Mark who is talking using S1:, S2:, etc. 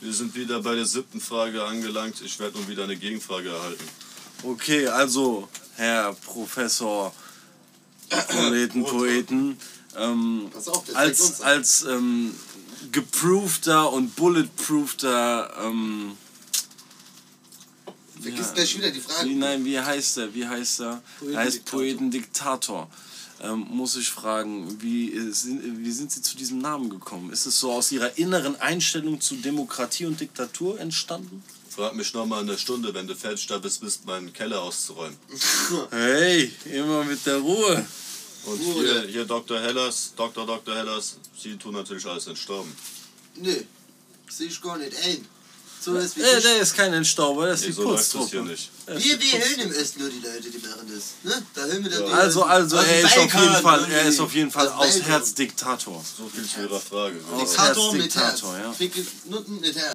S1: Wir sind wieder bei der siebten Frage angelangt. Ich werde nun wieder eine Gegenfrage erhalten.
S2: Okay, also, Herr Professor Proleten, Poeten, ähm,
S3: Pass auf, der zeigt
S2: als,
S3: uns an.
S2: als ähm, geproofter und bulletproofter, ähm,
S3: Vergiss
S2: ja,
S3: gleich wieder die
S2: wie,
S3: Frage.
S2: nein, wie heißt er, wie heißt er, er heißt Poetendiktator, ähm, muss ich fragen, wie, äh, sind, wie sind Sie zu diesem Namen gekommen? Ist es so aus Ihrer inneren Einstellung zu Demokratie und Diktatur entstanden?
S1: Frag mich nochmal in der Stunde, wenn du fertig da bist, bist meinen Keller auszuräumen.
S2: Hey, immer mit der Ruhe.
S1: Und
S3: Cool.
S1: hier, hier Dr. Hellers, Dr. Dr. Hellers, sie tun natürlich alles entstorben.
S3: Nö, sehe ich gar nicht ein. So ist wie
S2: Äh,
S3: ich.
S2: der ist kein Entstauber, das ist
S1: Nee,
S2: die
S1: so läuft das hier
S2: Putztruppe.
S1: nicht.
S3: Wir, wir hören im Osten nur die Leute, die machen das. Ne? Da hören wir dann die
S2: Also,
S3: Leute.
S2: also, er ist auf
S3: Balkan
S2: jeden Fall,
S3: irgendwie.
S2: er ist auf jeden Fall
S3: Aus
S2: aus
S3: Balkan.
S2: Herz Diktator.
S1: So viel zu Ihrer Frage.
S2: Aus
S3: Diktator
S2: Herz
S3: mit Herz.
S2: Diktator, ja.
S3: Ficke Nutten mit Herz.